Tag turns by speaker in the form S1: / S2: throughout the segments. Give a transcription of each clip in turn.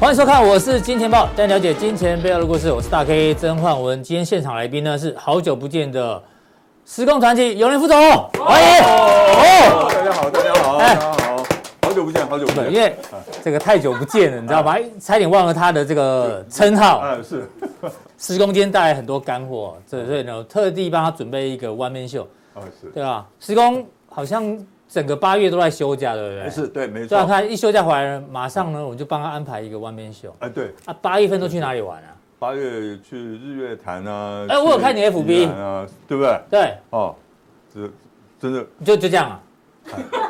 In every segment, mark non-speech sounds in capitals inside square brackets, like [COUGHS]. S1: 欢迎收看，我是金钱豹，带你了解金钱背后的故事。我是大 K 曾焕文，今天现场来宾呢是好久不见的时空传奇永林副总，欢迎。
S2: 哦，大家好，大家好，
S1: 哎
S2: 大家好，好久不见，好久不
S1: 对，
S2: 见，
S1: 因为这个太久不见了，你知道吗？哎差点忘了他的这个称号。
S2: 哎是， [LAUGHS]
S1: 施工今天带来很多干货，这所以呢，我特地帮他准备一个 one man show，
S2: 哦是，
S1: 对吧？施工好像整个八月都在休假，对不对？
S2: 哎。是对，没
S1: 对啊，
S2: 错，
S1: 他一休假回来，马上呢，我就帮他安排一个 one man show。
S2: 哎对，
S1: 啊，八月份都去哪里玩啊？
S2: 八月去日月潭啊，
S1: 哎我有看你
S2: 去宜
S1: FB
S2: 兰啊，对不对？
S1: 对，
S2: 哦，这真的
S1: 就就这样啊。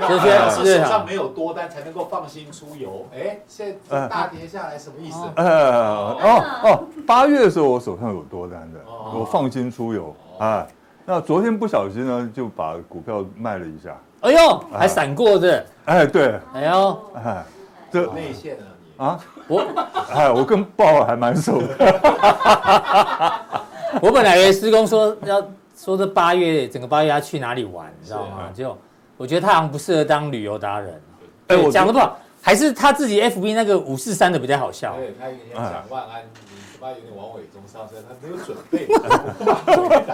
S3: 要
S1: 这些
S3: 表示
S1: 是
S3: 手
S1: 啊
S3: 上没有多单，才能够放心出游。哎，现在大跌下来什么意思？
S2: 哎哦哦，八月的时候我手上有多单的，
S1: 哦
S2: 我放心出游，哎，那昨天不小心呢就把股票卖了一下，
S1: 哎呦，
S2: 啊
S1: 还闪过这，
S2: 哎对，
S1: 哎呦，
S2: 哎，这
S1: 哦
S3: 内线啊，你
S2: 啊，
S1: 我
S2: 哎我跟鲍尔还蛮熟的，
S1: 我本来以为施工说要说这八月整个八月要去哪里玩，你知道
S2: 啊
S1: 吗？就我觉得他好像不适合当旅游达人，
S2: 哎
S1: 对
S2: 我
S1: 讲的不好，还是他自己 FB 那个五四三的比较好笑。
S3: 对他以前讲万安，你他妈有点往伟忠上身，他没有准备，无法回答。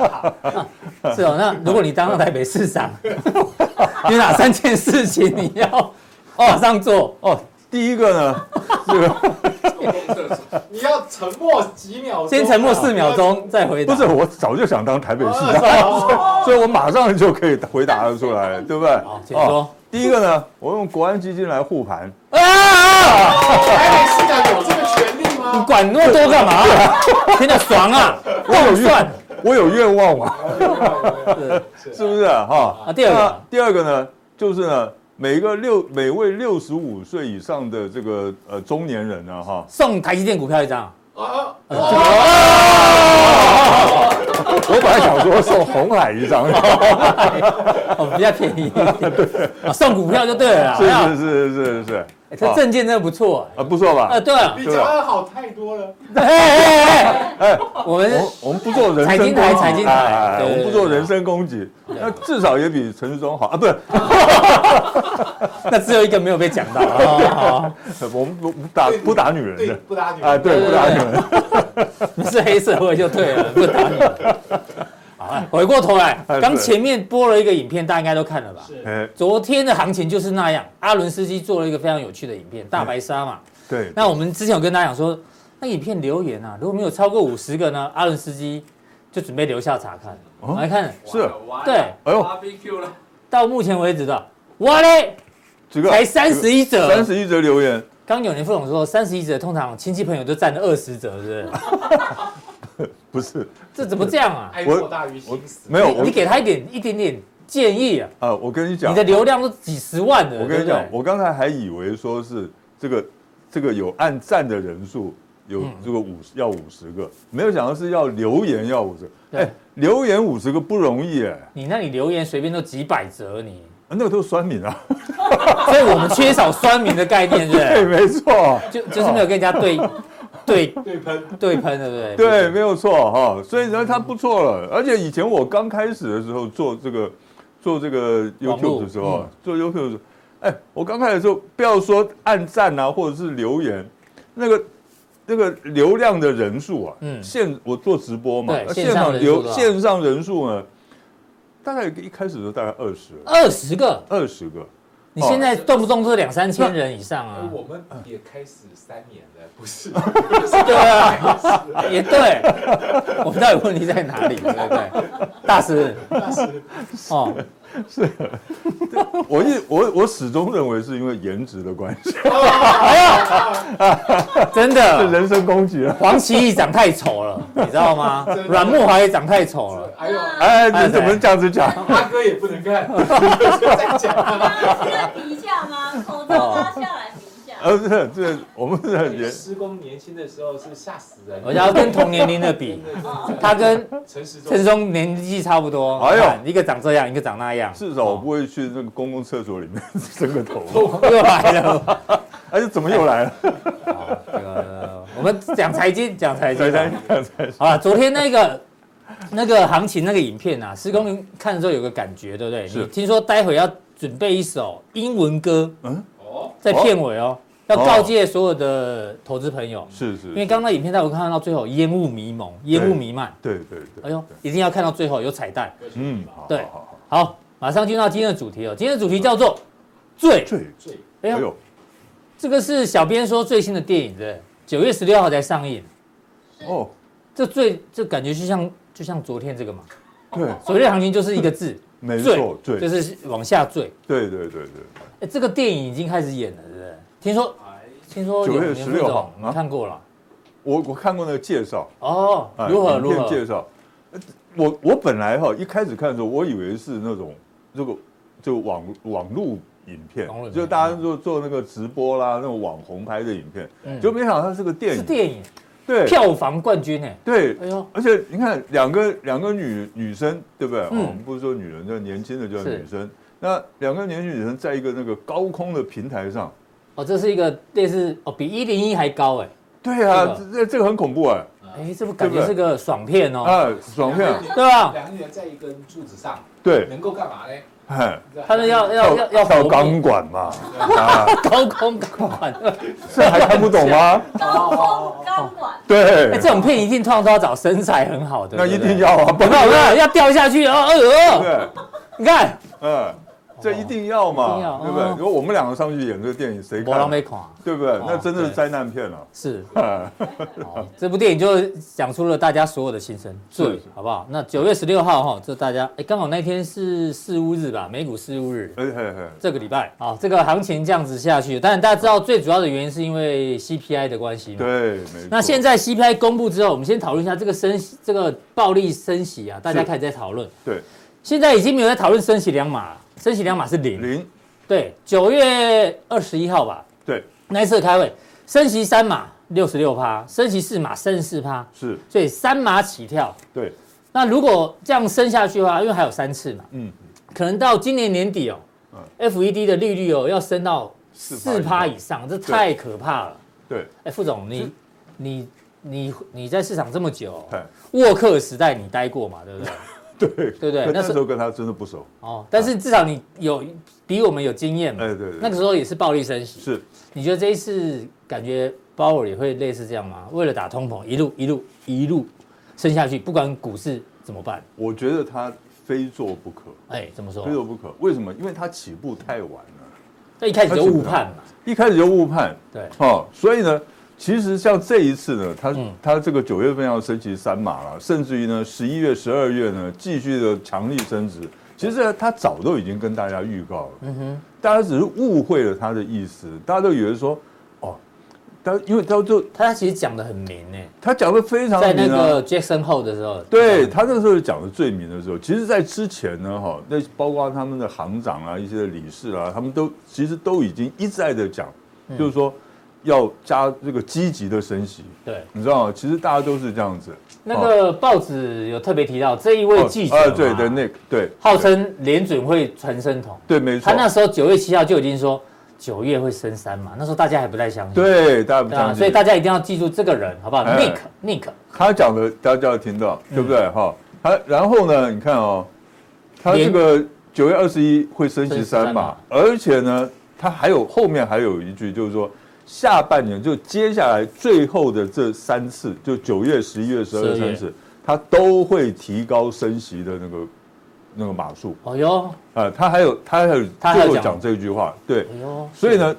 S2: 哎
S1: 是哦，
S2: [LAUGHS]
S1: 那如果你当上台北市长， [LAUGHS] 有哪三件事情你要 [LAUGHS] 马上做？
S2: 哦，第一个呢，这个。
S3: 你要沉默几秒钟，
S1: 先沉默四秒钟再回答。
S2: 不是，我早就想当台北市长，
S3: 哦
S2: 所以我马上就可以回答得出来，对不对？啊
S1: 好，请说。
S2: 第一个呢，我用国安基金来护盘，
S1: 啊！
S3: 台北市长有这个权利
S1: 你
S3: 吗？
S1: 管那么多干嘛、听得爽啊！
S2: [LAUGHS] 我有
S1: 算
S2: 愿，我有愿望嘛，
S3: 是
S2: [LAUGHS] 是不是啊哈？
S1: 啊第二个
S2: 那第二个呢，就是呢，每个六每位六十五岁以上的这个呃中年人呢，哈，
S1: 送台积电股票一
S2: [LAUGHS]
S1: 张。
S3: 啊，
S2: 我本来想说送红海
S1: [LAUGHS]
S2: 一张，
S1: 哦，比较便宜一点，啊，送股票就对了啦。哎
S2: 是
S1: 呀
S2: 是是是是是，
S1: 哎这证件真的不错，
S2: 啊不错吧
S1: 啊，？对啊，
S3: 比蒋安好太多了。
S1: 哎哎哎
S2: 哎，
S1: 哎，我们
S2: 我我们不做人身
S1: 财经台
S2: 攻击
S1: 财经台
S2: 哎哎哎
S1: 对
S2: 我
S1: 对
S2: 们不
S1: 对
S2: 做人身攻击，那至少也比陈世忠好啊，不 [LAUGHS] 是，
S1: 那只有一个没有被
S2: [LAUGHS]
S1: 讲到啊，
S2: 我们不不打不打女人
S3: 对，
S2: 的
S3: 不打女人
S2: 啊，对，
S1: 对
S2: 不打女人，
S1: 你是黑社会就对
S2: [LAUGHS]
S1: 了，不打你了。好，哎回过头来，
S2: 哎
S1: 刚
S2: 是
S1: 前面播了一个影片，大家应该都看了吧？
S3: 是
S2: 哎，
S1: 昨天的行情就是那样，阿伦斯基做了一个非常有趣的影片，大白鲨嘛。
S2: 对，
S1: 那我们之前有跟大家讲说，那影片留言啊，如果没有超过五十个呢，阿伦斯基就准备留下查看。我
S2: 哦
S1: 们来看，
S2: 是，
S1: 对，
S2: 哎呦，
S4: ，BBQ 了，
S1: 到目前为止的，我嘞
S2: 这个
S1: 才三十一折。
S2: 啊三十一则留言，
S1: 刚有人副总说，三十一折通常亲戚朋友都占了二十折，是不是？
S2: 不是，
S1: 这怎么这样啊？
S3: 爱莫大于心死。
S2: 没有，
S1: 你
S2: 我
S1: 你给他一点一点点建议啊！
S2: 啊，我跟你讲
S1: 你的，流量都几十万了，
S2: 我跟你
S1: 对不对
S2: 讲，我刚才还以为说是这个这个有按赞的人数有
S1: 嗯
S2: 这个五要五十个，没有想到是要留言要五十个，
S1: 对
S2: 哎，留言五十个不容易哎，
S1: 你那里留言随便都几百折你，
S2: 那个都是酸民啊，
S1: 所以我们缺少酸民的概念，是不
S2: 对，
S1: 是？
S2: 没错，
S1: 就就是没有跟人家对对
S3: 对喷，
S1: 对喷，对不对？
S2: 对，没有错哈，所以呢，他不错了。而且以前我刚开始的时候做这个做这个
S1: 网络嗯
S2: YouTube 的时候，做 YouTube 的时候，哎，我刚开始的时候，不要说按赞啊，或者是留言，那个那个流量的人数啊，
S1: 嗯
S2: 现我做直播嘛
S1: 对，
S2: 那
S1: 线上人数啊
S2: 流
S1: 多少
S2: 线上人数呢，大概一开始的时候大概二十
S1: 二十个，
S2: 二十个，
S1: 你现在动不动都两三千人以上啊，
S3: 哎我们也开始三年了，不是？
S1: 对啊，也对，我们到底问题在哪里，对不对？大师，
S3: 那是
S1: 哦，[LAUGHS]
S2: 我一我我始终认为是因为颜值的关系，
S1: 真
S2: 是
S1: 的，
S2: [LAUGHS] 人身攻击啊！
S1: 黄奇义长太丑了，你知道吗
S3: 真的？
S1: 阮慕华也长太丑了。
S3: [LAUGHS] 哎呦，
S4: 啊
S2: 哎，你怎么这样子讲？ [LAUGHS]
S3: 阿哥也不能 [LAUGHS] 看，再讲
S4: 刚刚是在比一下
S3: [LAUGHS]
S4: 吗？口罩拉下来比一
S3: 哦
S4: 下。
S2: 呃，不是，这我们是很
S3: 你
S2: 严，
S3: 施工年轻的时候是吓死人，
S1: 我要跟同年龄的比，
S3: 啊
S1: 他跟
S3: 陈时中
S1: 陈松年纪差不多，
S2: 哎呦
S1: 看一个长这样，一个长那样，
S2: 至少我不会去那个公共厕所里面 [LAUGHS] 伸个
S1: [LAUGHS]
S2: 头。
S1: 又来了。
S2: 而且怎么又
S1: [LAUGHS]
S2: 来了？
S1: 好这个我们讲财经，讲财
S2: 才
S1: 经。
S2: 才才才，
S1: 好了，昨天那个那个行情那个影片啊，施工您看的时候有个感觉，对不对？
S2: 是
S1: 你听说待会要准备一首英文歌，
S2: 嗯
S3: 哦，
S1: 在片尾哦，要告诫所有的投资朋友，
S2: 是
S1: 因为
S2: 是，
S1: 刚刚影片带我看到最后烟雾迷蒙，烟雾弥漫，
S2: 哦对对对。
S1: 哎呦
S2: 对，
S1: 一定要看到最后有彩蛋。
S2: 嗯，好，
S1: 对
S2: 好好好，
S1: 好，马上进入到今天的主题哦，今天的主题叫做最。
S2: 最
S3: 最
S1: 哎
S2: 哎
S1: 呦，
S2: 呦，
S1: 这个是小编说最新的电影，对不对，九月十六号才上映。
S2: 哦，
S1: 这最这感觉就像就像昨天这个嘛，
S2: 对，
S1: 昨天行情就是一个字，
S2: 没错，
S1: 坠
S2: 对
S1: 就
S2: 对
S1: 是往下坠。
S2: 对对对对，
S1: 哎，这个电影已经开始演了，对不对？听说
S3: 哎，
S1: 听说
S2: 9
S1: 有
S2: 月
S1: 年
S2: 16
S1: 副总
S2: 号
S1: 你
S2: 啊
S1: 看过了
S2: 我我看过那个介绍，
S1: 哦？
S2: 哎
S1: 如何
S2: 影
S1: 如
S2: 片
S1: 何？
S2: 介绍？呃我我本来哈一开始看的时候，我以为是那种这个就网网络影片
S1: 网络影片，
S2: 就大家做做那个直播啦，那种网红拍的影片，
S1: 嗯
S2: 就没想到它是个电
S1: 是
S2: 影，
S1: 电影
S2: 对，
S1: 票房冠军哎，
S2: 对，
S1: 哎呦，
S2: 而且你看，两个两个女女生，对不对？
S1: 嗯
S2: 哦我们不是说女人，就年轻的叫
S1: 是
S2: 女生。那两个年轻女生在一个那个高空的平台上，
S1: 哦，这是一个类似哦，比一零一还高哎，
S2: 对啊，
S1: 是
S2: 这这这个很恐怖哎、
S1: 哎，这不感
S2: 对
S1: 觉
S2: 不对
S1: 是个爽片哦，
S2: 啊，爽片，
S1: 对吧？
S3: 两个人在一根柱子上，
S2: 对，
S3: 能够干嘛呢？
S2: 哎，
S1: 他们要要要
S2: 跳
S1: 要
S2: 跳
S1: 火
S2: 钢
S1: 灭
S2: 管嘛，啊，
S1: 高空钢
S2: [LAUGHS]
S1: 管，
S2: 这还看不懂
S1: [LAUGHS]
S2: 吗？
S4: 高空钢管，
S1: 哎，
S2: 对，
S1: 这种片一定通常都要找身材很好的，
S2: 那
S1: 对
S2: 一
S1: 不对
S2: 定要啊，不
S1: 有没有有没
S2: 然
S1: 有要掉下去哦，哎呦，
S2: 对，啊
S1: 你看，
S2: 嗯，这
S1: 一
S2: 一定要
S1: 定要
S2: 嘛，对不对
S1: 哦？
S2: 如果我们两个上去演这个电影，谁
S1: 我狼
S2: 看？
S1: 没垮，
S2: 对不对
S1: 哦？
S2: 那真的是
S1: 对
S2: 灾难片了。
S1: 是。
S2: [LAUGHS] 哎
S1: 好，这部电影就讲出了大家所有的心声，
S2: 是
S1: 对
S2: 是，
S1: 好不好？那九月十六号哈，这大家哎，刚好那天是四乌日吧，美股四乌日，
S2: 哎嘿嘿，
S1: 这个礼拜啊，好这个行情这样子下去，但大家知道最主要的原因是因为 CPI 的关系嘛。
S2: 对，没错。
S1: 那现在 CPI 公布之后，我们先讨论一下这个升息这个暴力升息啊，大家
S2: 是
S1: 开始在讨论。
S2: 对
S1: 现在已经没有在讨论升息两码了，升息两码是零。
S2: 零，
S1: 对，九月二十一号吧，
S2: 对，
S1: 那一次开会，升息三码六十六趴，升息四码三十四趴，
S2: 是，
S1: 所以三码起跳。
S2: 对，
S1: 那如果这样升下去的话，因为还有三次嘛，
S2: 嗯，
S1: 可能到今年年底哦、f e d 的利率哦要升到四趴
S2: 4%
S1: 以上，这太可怕了。
S2: 对，
S1: 哎，副总，你你你你在市场这么久哦、
S2: 哎，
S1: 沃克时代你待过嘛，对不对？
S2: 对，
S1: 对不对
S2: 可
S1: 那
S2: 那
S1: 是
S2: 时候跟他真的不熟，
S1: 哦，但是至少你有比我们有经验嘛。
S2: 哎，对对，
S1: 那个时候也是暴力升息，
S2: 是
S1: 你觉得这一次感觉鲍尔也会类似这样吗？为了打通膨，一路一路一路升下去，不管股市怎么办？
S2: 我觉得他非做不可，
S1: 哎，怎么说
S2: 非？做不可。为什么？因为他起步太晚了，
S1: 那一开始就误判嘛，
S2: 一开始就误判，
S1: 对，
S2: 哦，所以呢，其实像这一次呢，他
S1: 嗯
S2: 他这个九月份要升级三码了，甚至于呢，十一月、十二月呢，继续的强力升值。其实呢他早都已经跟大家预告了，
S1: 嗯哼，
S2: 大家只是误会了他的意思，大家都以为说，哦，他因为他就
S1: 他其实讲的很明诶，
S2: 他讲的非常
S1: 在那
S2: 明啊
S1: 个 Jackson Hole 的时候，
S2: 对
S1: 嗯
S2: 他那时候讲的最明的时候，其实，在之前呢，哈，那包括他们的
S1: 嗯
S2: 行长啊、一些的理事啊，他们都其实都已经一再的讲，就是说，要加这个积极的升息，
S1: 对，
S2: 你知道吗？其实大家都是这样子。
S1: 那个报纸有特别提到这一位记者
S2: 啊
S1: 嘛，
S2: 哦对对，那个对，
S1: 号称联准会传声筒，
S2: 对，没错
S1: 他，那时候九月七号就已经说九月会升三嘛，那时候大家还不太相信，
S2: 对，大家不
S1: 对啊，
S2: 相
S1: 所以
S2: 信。
S1: 大家一定要记住这个人，好不好
S2: 哎
S1: ？Nick Nick，
S2: 他讲的大家就要听到，
S1: 嗯
S2: 对不对？哈，他然后呢，你看哦，他这
S1: 连
S2: 个九月二十一会升息
S1: 升息三
S2: 三
S1: 码
S2: 码，而且呢，他还有后面还有一句，就是说下半年就接下来最后的这三次，就九月、十一月、十二月
S1: 12月
S2: 三次，他都会提高升息的那个那个码数。
S1: 哦哟，
S2: 啊，他还有他还有
S1: 他还有
S2: 最后
S1: 讲
S2: 讲这句话，对，
S1: 哎呦，
S2: 所以呢，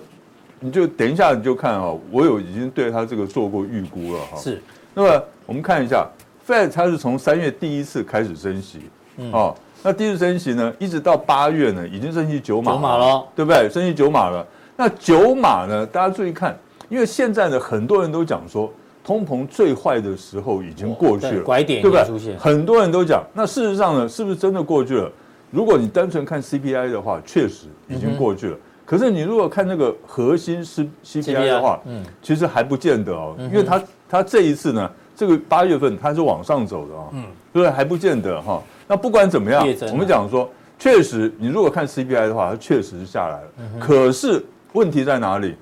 S2: 你就等一下你就看啊、哦，我有已经对他这个做过预估了哈、
S1: 是
S2: 那么我们看一下，Fed 它是从三月第一次开始升息，
S1: 嗯
S2: 哦，那第一次升息呢，一直到八月呢，已经升息九码
S1: 九码了，
S2: 对不对？升息九码了。那九码呢，大家注意看，因为现在呢，很多人都讲说。通膨最坏的时候已经过去
S1: 哦对
S2: 了，
S1: 拐点已
S2: 对不
S1: 经
S2: 对？
S1: 出现
S2: 很多人都讲，那事实上呢，是不是真的过去了？如果你单纯看 CPI 的话，确实已
S1: 嗯
S2: 经过去了。可是你如果看那个核心 C CPI 的话，
S1: 嗯，
S2: 其实还不见得哦，因为它它这一次呢，这个八月份它是往上走的啊、哦，嗯，对不对？还不见得哈、那不管怎么样
S1: 月增啊，
S2: 我们讲说，确实你如果看 CPI 的话，它确实是下来了。可是问题在哪里？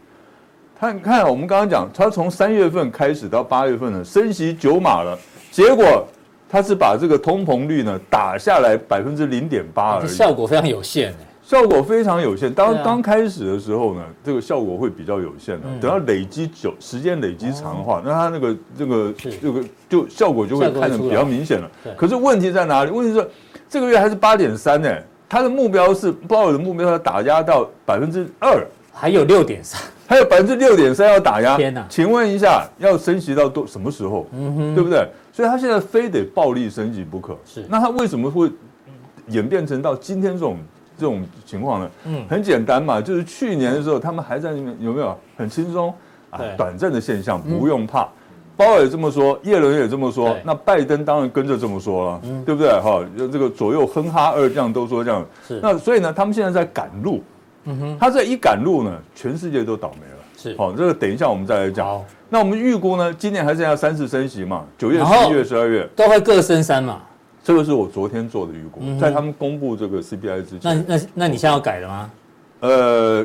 S2: 它你看，我们刚刚讲，它从三月份开始到八月份呢，升息九码了，结果它是把这个通膨率呢打下来百分之零点八而
S1: 这
S2: 已。
S1: 效果非常有限哎，
S2: 效果非常有限。当
S1: 对啊
S2: 刚开始的时候呢，这个效果会比较有限的
S1: 嗯。
S2: 等到累积久，时间累积长的话，那它那个这个
S1: 是
S2: 这个就效果就会
S1: 效果会
S2: 看得
S1: 出来
S2: 比较明显了
S1: 对。
S2: 可是问题在哪里？问题是这个月还是八点三呢？它的目标是鲍尔的目标要打压到百分之二，
S1: 还有六点三，
S2: 还有百分之六点三要打压。
S1: 天哪
S2: 请问一下，要升息到多什么时候？
S1: 嗯
S2: 对不对？所以他现在非得暴力升级不可。
S1: 是
S2: 那他为什么会演变成到今天这种这种情况呢？
S1: 嗯，
S2: 很简单嘛，就是去年的时候，他们还在那边有没有很轻松啊
S1: 对？嗯
S2: 短暂的现象不用怕。鲍尔这么说，耶伦也这么说
S1: 对，嗯
S2: 那拜登当然跟着这么说了，对不对？哈，就这个左右哼哈二将都说这样
S1: 是。嗯
S2: 那所以呢，他们现在在赶路，他这一赶路呢，全世界都倒霉了。
S1: 是
S2: 好，这个等一下我们再来讲。
S1: 好，
S2: 那我们预估呢，今年还剩下三次升息嘛，九月、
S1: 然后
S2: 十一月、十二月，
S1: 都会各升三嘛，
S2: 这个是我昨天做的预估
S1: 嗯哼，
S2: 在他们公布这个 CPI 之
S1: 那
S2: 前，
S1: 那那你现在要改了吗？
S2: 呃，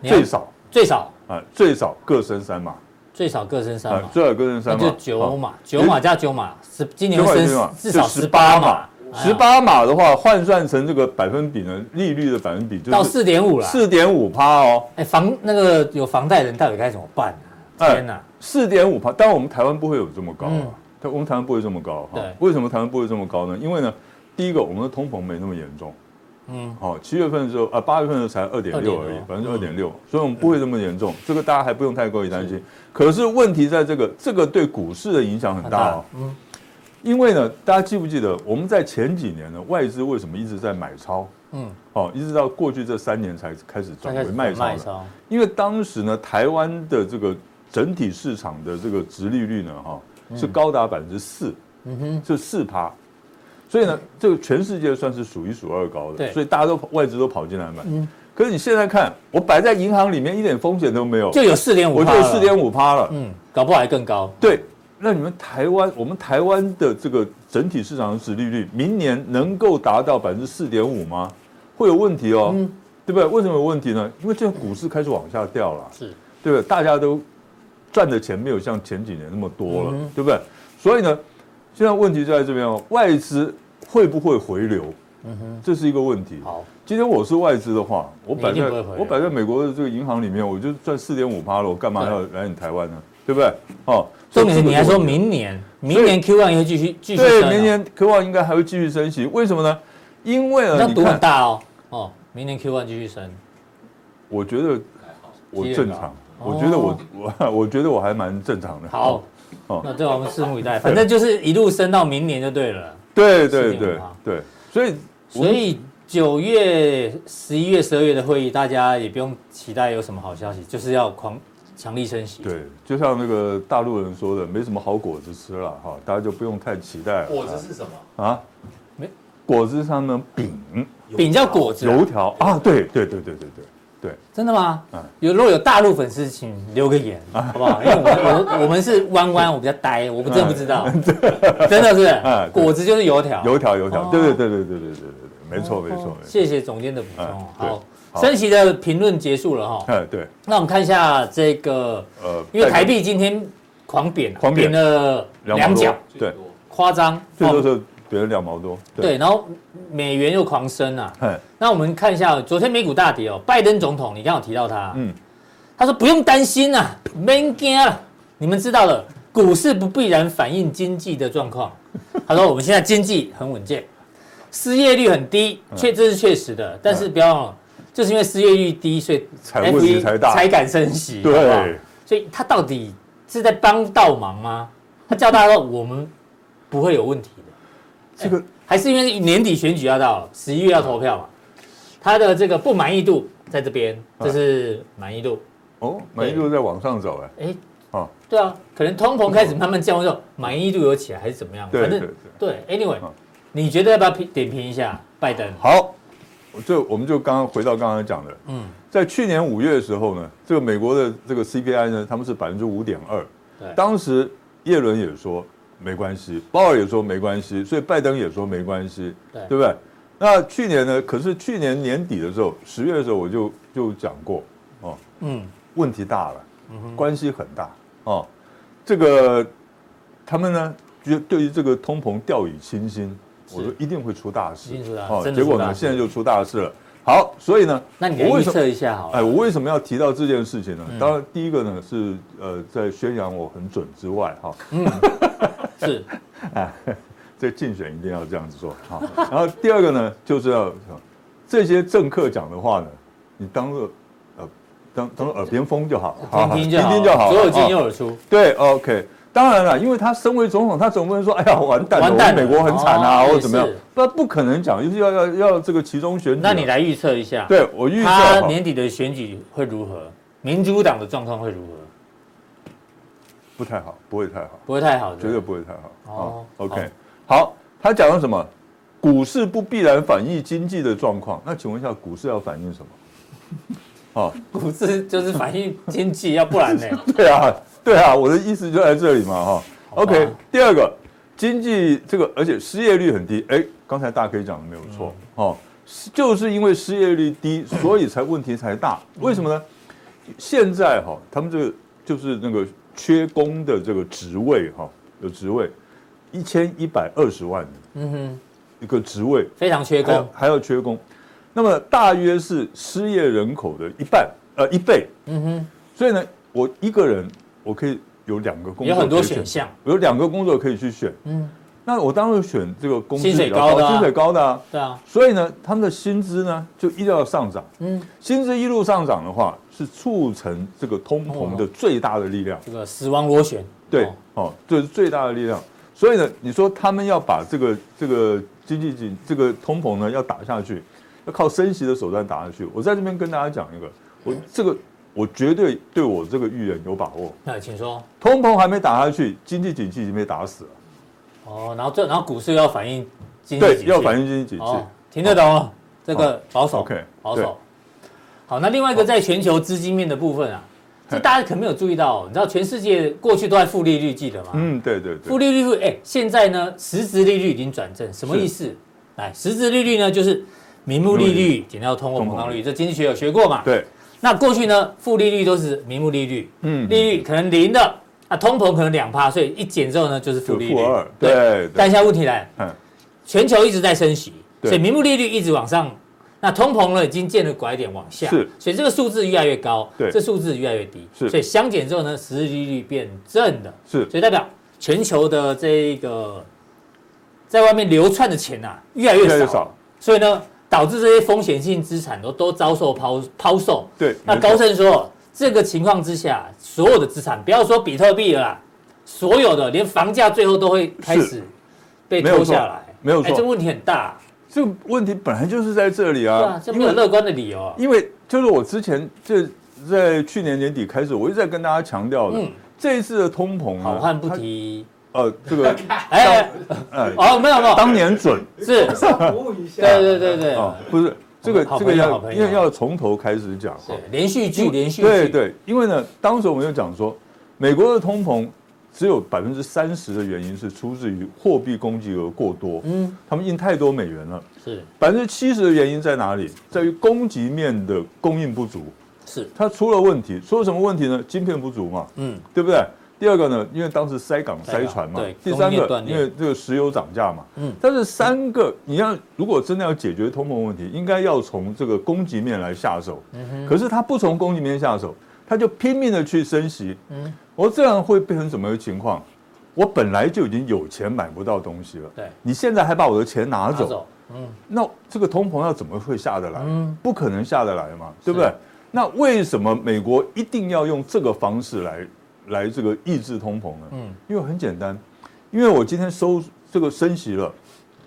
S1: 你要
S2: 最少
S1: 最少
S2: 啊，最少各升三码，
S1: 最少各升三
S2: 啊
S1: 嘛，，
S2: 最少各升
S1: 那
S2: 三码，
S1: 就九
S2: 啊，
S1: 码，九码加九码，十今年
S2: 九
S1: 会
S2: 码加九码
S1: 升至少
S2: 就
S1: 十八码
S2: 18码，
S1: 哎呀
S2: 十八码的话换算成这个百分比呢，利率的百分比
S1: 到
S2: 就是
S1: 四点五了。
S2: 四点五趴哦，
S1: 哎，房那个有房贷人到底该怎么办啊？
S2: 哎
S1: 天哪，
S2: 四点五趴，当然我们台湾不会有这么高
S1: 嗯
S2: 啊，但我们台湾不会这么高哈
S1: 对，
S2: 为什么台湾不会这么高呢？因为呢，第一个我们的通膨没那么严重。
S1: 嗯，
S2: 哦，七月份的时候，啊，八月份的时候才二点六嗯而已
S1: 2.6，
S2: 百分之二点六，所以我们不会这么严重，这个大家还不用太过于担心。可是问题在这个，这个对股市的影响很大哦。
S1: 嗯，
S2: 因为呢，大家记不记得我们在前几年呢，外资为什么一直在买超？
S1: 嗯
S2: 嗯，哦，一直到过去这三年才开始
S1: 大
S2: 转
S1: 概
S2: 为
S1: 是
S2: 卖超
S1: 卖
S2: 的。
S1: 超，
S2: 因为当时呢，台湾的这个整体市场的这个殖利率呢，哈、是高达百分之四，
S1: 嗯哼，
S2: 是四趴，所以呢，这个全世界算是数一数二高
S1: 对嗯
S2: 的，所以大家都外资都跑进来买。可是你现在看，我摆在银行里面一点风险都没有，
S1: 就有四点五，
S2: 我就四点，五趴了。
S1: 嗯，搞不好还更高。
S2: 对，那你们台湾，我们台湾的这个整体市场的殖利率，明年能够达到百分之四点五吗？会有问题哦，
S1: 嗯
S2: 对不对？为什么有问题呢？因为这个股市开始往下掉了。
S1: 是，
S2: 对不对？大家都赚的钱没有像前几年那么多了，
S1: 嗯哼
S2: 对不对？所以呢，现在问题就在这边哦，外资会不会回流？这是一个问题。
S1: 嗯好，
S2: 今天我是外资的话，我摆
S1: 你一定
S2: 在
S1: 不会回流
S2: 我摆在美国的这个银行里面，我就赚四点五趴了，我干嘛
S1: 对
S2: 要来你台湾呢？对不对？哦，
S1: 重点是你还说
S2: 明。
S1: 明年，明年 Q1 也会继续继续升
S2: 对
S1: 啊，
S2: 明年科网应该还会继续升息，为什么呢？因为呢，
S1: 那
S2: 你
S1: 赌很
S2: 看，
S1: 大哦。哦，明年 Q1 继续升，
S2: 我觉得我正常，我觉得我我我觉得我还蛮正常的。
S1: 哦好，
S2: 哦
S1: 那这我们拭目以待，反正就是一路升到明年就对了。
S2: 对对
S1: 4.5
S2: 对
S1: 啊
S2: 对，所以
S1: 所以九月、十一月、十二月的会议，大家也不用期待有什么好消息，就是要狂强力升息。，
S2: 对，就像那个大陆人说的，没什么好果子吃了哈，大家就不用太期待了。
S3: 果子是什么？
S2: 啊，
S1: 没
S2: 果子上面饼、
S1: 饼叫果子啊，
S2: 油条啊，对对对对对对对，
S1: 真的吗
S2: 嗯？啊
S1: 有如果有大陆粉丝，请留个言，好不好？因为我们我我们是弯弯，我比较呆，我不真的不知道，真的是
S2: 嗯 [LAUGHS] 对
S1: 果汁就是油条，
S2: 油条油条
S1: 哦，
S2: 对对对对对对对对对，没错没
S1: 哦
S2: 错没错，
S1: 谢谢总监的补充。
S2: 嗯对
S1: 好，
S2: 好
S1: 升息的评论结束了哈，
S2: 哎对，
S1: 那我们看一下这个，
S2: 呃，
S1: 因为台币今天狂贬啊，
S2: 狂贬
S1: 了两
S2: 毛
S1: 角
S2: 多，，
S3: 最
S2: 对，
S3: 多
S1: 夸张。
S2: 最多
S1: 哦
S2: 是别人两毛多，
S1: 对，，然后美元又狂升啊。
S2: 哎，
S1: 那我们看一下昨天美股大跌哦，拜登总统，你刚好提到他，
S2: 嗯，
S1: 他说不用担心啊，没惊啊，你们知道了，股市不必然反映经济的状况。他说我们现在经济很稳健，失业率很低，
S2: 嗯
S1: 确这是确实的，但是不要忘了，就是因为失业率低，所以
S2: 才问题
S1: FE
S2: 才大
S1: 敢升息，好不好
S2: 对，
S1: 所以他到底是在帮倒忙吗？他叫大家说我们不会有问题的，
S2: 这个
S1: 还是因为年底选举要到了，十一月要投票嘛，他的这个不满意度在这边，
S2: 啊
S1: 这是满意度。
S2: 哦，满意度在往上走，哎，
S1: 哎，
S2: 哦，
S1: 对啊，可能通膨开始慢慢降温之后，满意度有起来还是怎么样？
S2: 对
S1: 反正
S2: 对
S1: 对，anyway，
S2: 嗯
S1: 你觉得要不要评点评一下拜登？
S2: 好，这我们就刚刚回到刚刚讲的，
S1: 嗯，
S2: 在去年五月的时候呢，这个美国的这个 CPI 呢，他们是百分之五点二
S1: 对，
S2: 当时耶伦也说没关系，鲍尔也说没关系，所以拜登也说没关系，
S1: 对
S2: 对不对？那去年呢？可是去年年底的时候，十月的时候我就就讲过，哦，
S1: 嗯，
S2: 问题大了，关系很大哦。这个他们呢，就对于这个通膨掉以轻心，
S1: 是
S2: 我说一定会出大事
S1: 一定出大事
S2: 哦。
S1: 真的
S2: 结
S1: 出
S2: 果
S1: 大
S2: 呢，
S1: 事
S2: 现在就出大事了。好，所以呢，
S1: 那你来预
S2: 我为什么
S1: 测一嗯下好
S2: 哎，
S1: 了。
S2: 我为什么要提到这件事情呢？当然，第一个呢是呃，在宣扬我很准之外，哈、哎
S1: 是，
S2: 这竞选一定要这样子做哈。然后第二个呢，就是要这些政客讲的话呢，你当做呃当当做耳边风就好，
S1: 听听就好，
S2: 听听就好，
S1: 左耳
S2: 哦
S1: 进右耳出。
S2: 对，OK。当哦然了，因为他身为总统，他总不能说：“哎呀，完蛋了，
S1: 完蛋了
S2: 我们美国很惨啊，
S1: 哦
S2: 或者怎么样
S1: 也是？”
S2: 不，不可能讲，就是要要要这个其中选举。啊
S1: 那你来预测一下，
S2: 对我预测
S1: 他
S2: 哈
S1: 年底的选举会如何？民主党的状况会如何？
S2: 不太好，不会太好，
S1: 不会太好的，
S2: 绝对不会太好。
S1: 哦
S2: 哦，OK，好，他讲了什么？股市不必然反映经济的状况。那请问一下，股市要反映什么？哦，
S1: 股市就是反映经济，要不然呢？
S2: [LAUGHS] 对啊，对啊，我的意思就在这里嘛，哈、
S1: 好吧
S2: OK，第二个，经济这个，而且失业率很低，哎，刚才大 K 讲的没有错，
S1: 嗯
S2: 哦，是就是因为失业率
S1: [COUGHS]
S2: 低，所以才问题才大，为什么呢？现在哈、他们这个就是那个缺工的这个职位哈、有职位一千一百二十万
S1: 嗯哼，
S2: 一个职位，
S1: 非常缺
S2: 还要
S1: 工，
S2: 还要缺工，那么大约是失业人口的一半，呃，一倍。
S1: 嗯哼，
S2: 所以呢，我一个人我可以有两个工作，
S1: 有很多选，项，
S2: 有两个工作可以去选。
S1: 嗯，
S2: 那我当然选这个工资
S1: 薪水
S2: 比较
S1: 高的啊
S2: 薪水高的啊。
S1: 对啊，
S2: 所以呢，他们的薪资呢就一定要上涨。
S1: 嗯，
S2: 薪资一路上涨的话，是促成这个通膨的最大的力量。
S1: 这个死亡螺旋，
S2: 对
S1: 哦，
S2: 哦，这是最大的力量。所以呢，你说他们要把这个这个经济紧这个通膨呢要打下去，要靠升息的手段打下去。我在这边跟大家讲一个，
S1: 嗯
S2: 我这个我绝对对我这个预言有把握。
S1: 那请说。
S2: 通膨还没打下去，经济景气已经被打死了。
S1: 哦，然后这然后股市要反映经济
S2: 对
S1: 景，气
S2: 要反映经济景气。
S1: 哦，听得懂哦，这个保守
S2: OK，
S1: 保
S2: 对
S1: 守。好，那另外一个在全球资金面的部分啊，这
S2: 嘿
S1: 大家可能没有注意到哦，你知道全世界过去都在负利率，记得吗？
S2: 嗯，对对
S1: 负
S2: 对，
S1: 利率，哎，现在呢，实质利率已经转正，什么
S2: 是
S1: 意思？来，实质利率呢，就是名目利
S2: 名目利
S1: 率减掉通货膨
S2: 通
S1: 胀
S2: 膨
S1: 率，这经济学有学过嘛？。
S2: 对，
S1: 那过去呢，负利率都是名目利率，
S2: 嗯，
S1: 利率可能零的，啊，通膨可能两趴，所以一减之后呢，就是负
S2: 就
S1: 利率。
S2: 负二，对
S1: 但现
S2: 对，
S1: 在问题来了，
S2: 嗯，
S1: 全球一直在升息，
S2: 对
S1: 所以名目利率一直往上，那通膨呢已经见了拐点往下，
S2: 是
S1: 所以这个数字越来越高，
S2: 对
S1: 这数字越来越低，
S2: 是
S1: 所以相减之后呢，实质利率变正的，
S2: 是
S1: 所以代表全球的这个在外面流窜的钱啊越来越
S2: 越
S1: 少，
S2: 来越少，
S1: 所以呢导致这些风险性资产都都遭受抛抛售，
S2: 对。
S1: 那
S2: 没
S1: 高
S2: 错
S1: 盛说，这个情况之下，所有的资产，不要说比特币了啦，所有的连房价最后都会开始被
S2: 没有
S1: 拖
S2: 错
S1: 下来。
S2: 没有错
S1: 哎这问题很大，
S2: 这个问题本来就是在这里
S1: 对啊
S2: 啊，，
S1: 这没有乐观的理由啊。
S2: 因为就是我之前这在去年年底开始，我一直在跟大家强调的，
S1: 嗯
S2: 这一次的通膨呢，
S1: 好汉不提，
S2: 它，呃，
S1: [LAUGHS]
S2: 这个，
S1: 哎，
S2: 哎，
S1: 哦，没有没有，
S2: 当年准
S1: 是，
S3: [LAUGHS] 稍微服务一下，
S1: 对对对对，
S2: 啊，不是这个
S1: 好
S2: 这
S1: 朋
S2: 个
S1: 友好
S2: 要
S1: 朋
S2: 因
S1: 友
S2: 为要从头开始讲
S1: 是
S2: 哈。
S1: 连续剧，连续剧，
S2: 对，对，因为呢，当时我们就讲说，美国的通膨只有百分之三十的原因是出自于货币供给额过多，
S1: 嗯，
S2: 他们印太多美元了。
S1: 是
S2: 百分之七十的原因在哪里？在于供给面的供应不足，
S1: 是，
S2: 它出了问题。出了什么问题呢？晶片不足嘛，
S1: 嗯，
S2: 对不对？第二个呢，因为当时塞港
S1: 塞港
S2: 塞船嘛
S1: 对，
S2: 第三
S1: 供应链
S2: 个
S1: 断裂
S2: 因为这个石油涨价嘛，
S1: 嗯
S2: 但是三个你要如果真的要解决通膨问题，应该要从这个供给面来下手，
S1: 嗯
S2: 可是他不从供给面下手，他就拼命的去升息，
S1: 嗯
S2: 我这样会变成什么情况？我本来就已经有钱买不到东西了，
S1: 对，
S2: 你现在还把我的钱拿
S1: 拿
S2: 走，
S1: 走，嗯，
S2: 那这个通膨要怎么会下得来？
S1: 嗯
S2: 不可能下得来嘛，对不
S1: 是
S2: 对？那为什么美国一定要用这个方式来来这个抑制通膨呢？
S1: 嗯
S2: 因为很简单，因为我今天收这个升息了，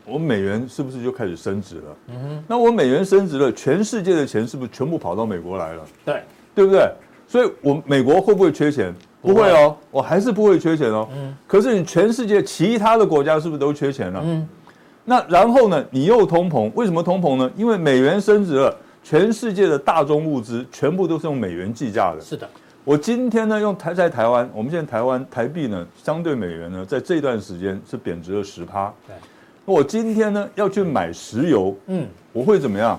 S2: 我美元是不是就开始升值了？
S1: 嗯哼，
S2: 那我美元升值了，全世界的钱是不是全部跑到美国来了？
S1: 对，
S2: 对不对？所以，我美国会不会缺钱？
S1: 不会
S2: 不会哦，我还是不会缺钱哦。
S1: 嗯
S2: 可是你全世界其他的国家是不是都缺钱了？啊
S1: 嗯，
S2: 那然后呢？你又通膨，为什么通膨呢？因为美元升值了，全世界的大宗物资全部都是用美元计价的。
S1: 是的，
S2: 我今天呢，用台在台湾，我们现在台湾台币呢，相对美元呢，在这段时间是贬值了十趴。
S1: 对，
S2: 我今天呢要去买石油，
S1: 嗯，
S2: 我会怎么样？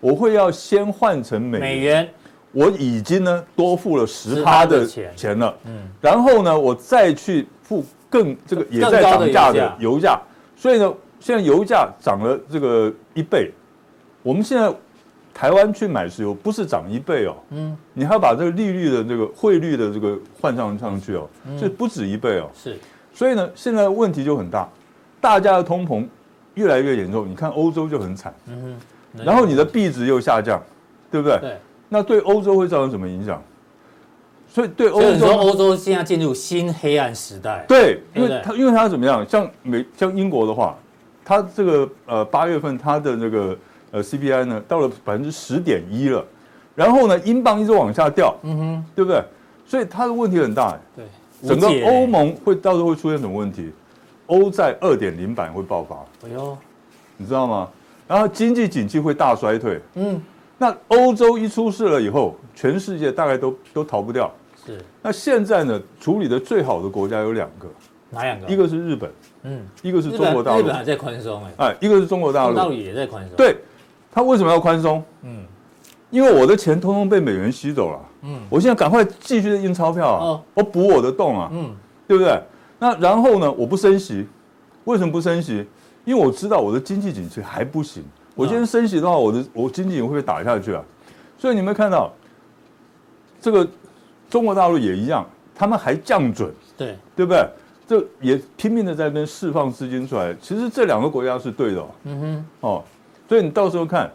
S2: 我会要先换成美
S1: 美元
S2: 我已经呢多付了十
S1: 10%
S2: 趴
S1: 的
S2: 的
S1: 钱
S2: 钱了，
S1: 嗯
S2: 嗯，然后呢，我再去付更这个也
S1: 更
S2: 在
S1: 高
S2: 涨
S1: 的
S2: 价
S1: 油
S2: 的
S1: 价
S2: 油价，所以呢，现在油价涨了这个一倍，我们现在台湾去买石油不是涨一倍哦，
S1: 嗯
S2: 嗯，你还要把这个利率的这个汇率的这个换上上去哦，
S1: 嗯
S2: 这不止一倍哦，
S1: 是，
S2: 所以呢，现在问题就很大，大家的通膨越来越严重，你看欧洲就很惨，
S1: 嗯哼，
S2: 然后你的币值又下降，对不对？
S1: 对，
S2: 那对欧洲会造成什么影响？所以对欧
S1: 所以你说
S2: 洲，
S1: 欧洲现在进入新黑暗时代，
S2: 对，
S1: 对
S2: 因为
S1: 不对
S2: 它因为它怎么样？像美像英国的话，它这个呃八月份它的这个呃 CPI 呢到了百分之十点一了，然后呢英镑一直往下掉，
S1: 嗯哼，
S2: 对不对？所以它的问题很大，
S1: 对，
S2: 整个
S1: 无解
S2: 欧，盟会到时候会出现什么问题？欧债二点零版会爆发，
S1: 哎呦，
S2: 你知道吗？然后经济景气会大衰退。
S1: 嗯，
S2: 那欧洲一出事了以后，全世界大概都都逃不掉。
S1: 是
S2: 那现在呢，处理的最好的国家有两个，
S1: 哪两个？
S2: 一，个是日本，
S1: 嗯，
S2: 一个是
S1: 日
S2: 中
S1: 本
S2: 国大
S1: 啊日
S2: 陆
S1: 本，还在宽松哎，
S2: 哎，一个是中国大
S1: 中国大陆
S2: 陆。
S1: 也在宽松，，
S2: 对，他为什么要宽松？
S1: 嗯
S2: 因为我的钱通通被美元吸走了，
S1: 嗯
S2: 我现在赶快继续印钞票
S1: 哦
S2: 啊，我补我的洞啊，
S1: 嗯，
S2: 对不对？那然后呢，我不升息，为什么不升息？因为我知道我的经济景气还不行，我今天升息的话，我的我经济也会被打下去啊。所以你们看到，这个中国大陆也一样，他们还降准。
S1: 对，
S2: 对不对？这也拼命的在那边释放资金出来。其实这两个国家是对的哦，
S1: 嗯哼，
S2: 哦所以你到时候看，